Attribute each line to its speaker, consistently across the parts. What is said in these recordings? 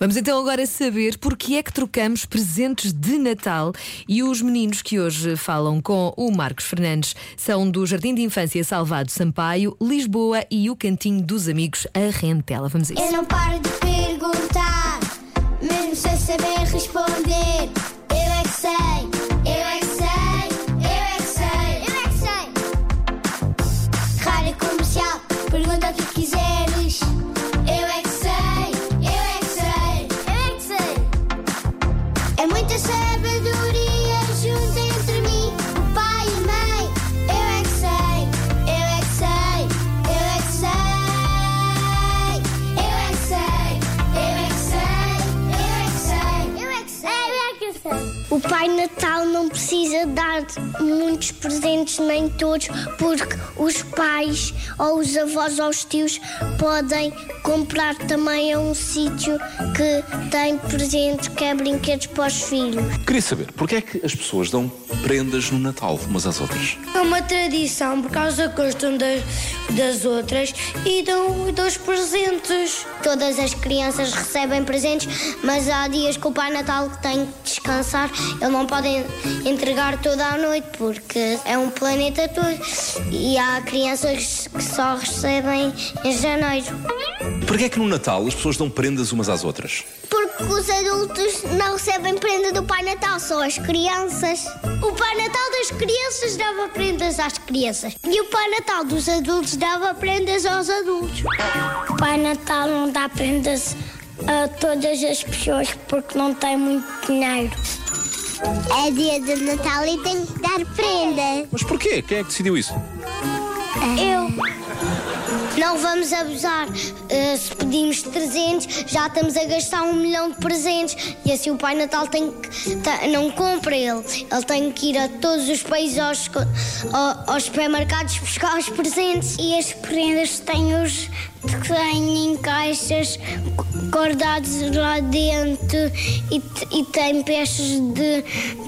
Speaker 1: Vamos então agora saber porque é que trocamos presentes de Natal e os meninos que hoje falam com o Marcos Fernandes são do Jardim de Infância Salvado Sampaio, Lisboa e o Cantinho dos Amigos, a Rentela. Vamos a isso.
Speaker 2: Eu não paro de perguntar, mesmo sem saber responder. Eu é que sei, eu é que sei, eu é que sei, eu é que sei. Rádio comercial, pergunta o que quiseres. Eu é que sei, eu é que sei, eu é que sei. É muita sabedoria junto entre mim, o pai e a mãe. Eu é que sei, eu é que sei, eu é que sei. Eu é que sei, eu é que sei, eu é que sei, eu é que sei, eu é que sei.
Speaker 3: O Pai Natal não precisa dar muitos presentes, nem todos, porque os pais ou os avós ou os tios podem comprar também a um sítio que tem presentes, que é brinquedos para os filhos.
Speaker 4: Queria saber, porquê é que as pessoas dão prendas no Natal umas às outras?
Speaker 5: É uma tradição, por causa que gostam das, das outras e dão, dão os presentes.
Speaker 2: Todas as crianças recebem presentes, mas há dias que o Pai Natal tem que descansar. Ele não pode en- entregar tudo à noite porque é um planeta todo. E há crianças que só recebem em janeiro.
Speaker 4: Porquê é que no Natal as pessoas dão prendas umas às outras?
Speaker 2: Porque os adultos não recebem prenda do Pai Natal, só as crianças. O Pai Natal das crianças dava prendas às crianças. E o Pai Natal dos adultos dava prendas aos adultos.
Speaker 3: O Pai Natal não dá prendas a todas as pessoas porque não tem muito dinheiro.
Speaker 2: É dia de Natal e tem que dar prenda.
Speaker 4: Mas porquê? Quem é que decidiu isso?
Speaker 2: Eu. Não vamos abusar. Eh, se pedimos 300, já estamos a gastar um milhão de presentes. E assim o Pai Natal tem que. ta- não compra ele. Ele tem que ir a todos os países aos, co- ao- aos supermercados buscar os presentes. E as prendas têm os. têm em caixas cordados lá dentro e, e têm peças de.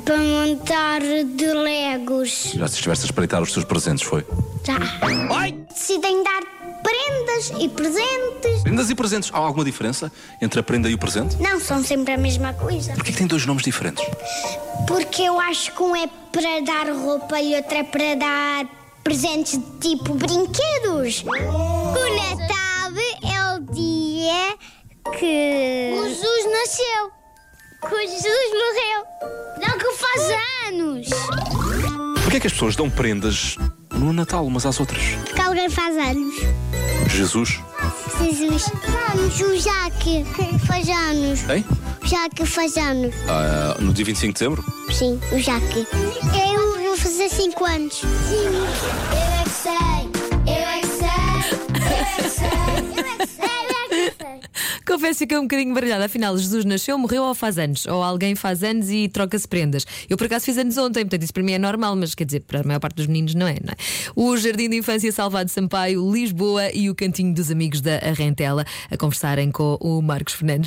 Speaker 2: para montar de legos.
Speaker 4: Já se estiveste a espreitar os teus presentes, foi?
Speaker 2: Decidem dar prendas e presentes.
Speaker 4: Prendas e presentes. Há alguma diferença entre a prenda e o presente?
Speaker 2: Não são sempre a mesma coisa.
Speaker 4: Porquê é que tem dois nomes diferentes?
Speaker 2: Porque eu acho que um é para dar roupa e outro é para dar presentes de tipo brinquedos. O Natal é o dia que. O Jesus nasceu. Que o Jesus morreu. Não que faz anos.
Speaker 4: Porquê é que as pessoas dão prendas no Natal umas às outras?
Speaker 2: Porque alguém faz anos.
Speaker 4: Jesus,
Speaker 2: Jesus. Vamos, o Jaque faz anos.
Speaker 4: hein?
Speaker 2: Jaque faz anos.
Speaker 4: Ah, no dia 25 de dezembro?
Speaker 2: Sim, o Jaque. Eu vou fazer 5 anos. Sim. Eu é que sei, eu é que sei, eu é que sei, eu é que sei.
Speaker 1: Confesso que fiquei um bocadinho baralhada. Afinal, Jesus nasceu, morreu ou faz anos? Ou alguém faz anos e troca-se prendas? Eu, por acaso, fiz anos ontem, portanto, isso para mim é normal, mas quer dizer, para a maior parte dos meninos não é, não é? O Jardim de Infância Salvado Sampaio, Lisboa e o Cantinho dos Amigos da Arrentela a conversarem com o Marcos Fernandes.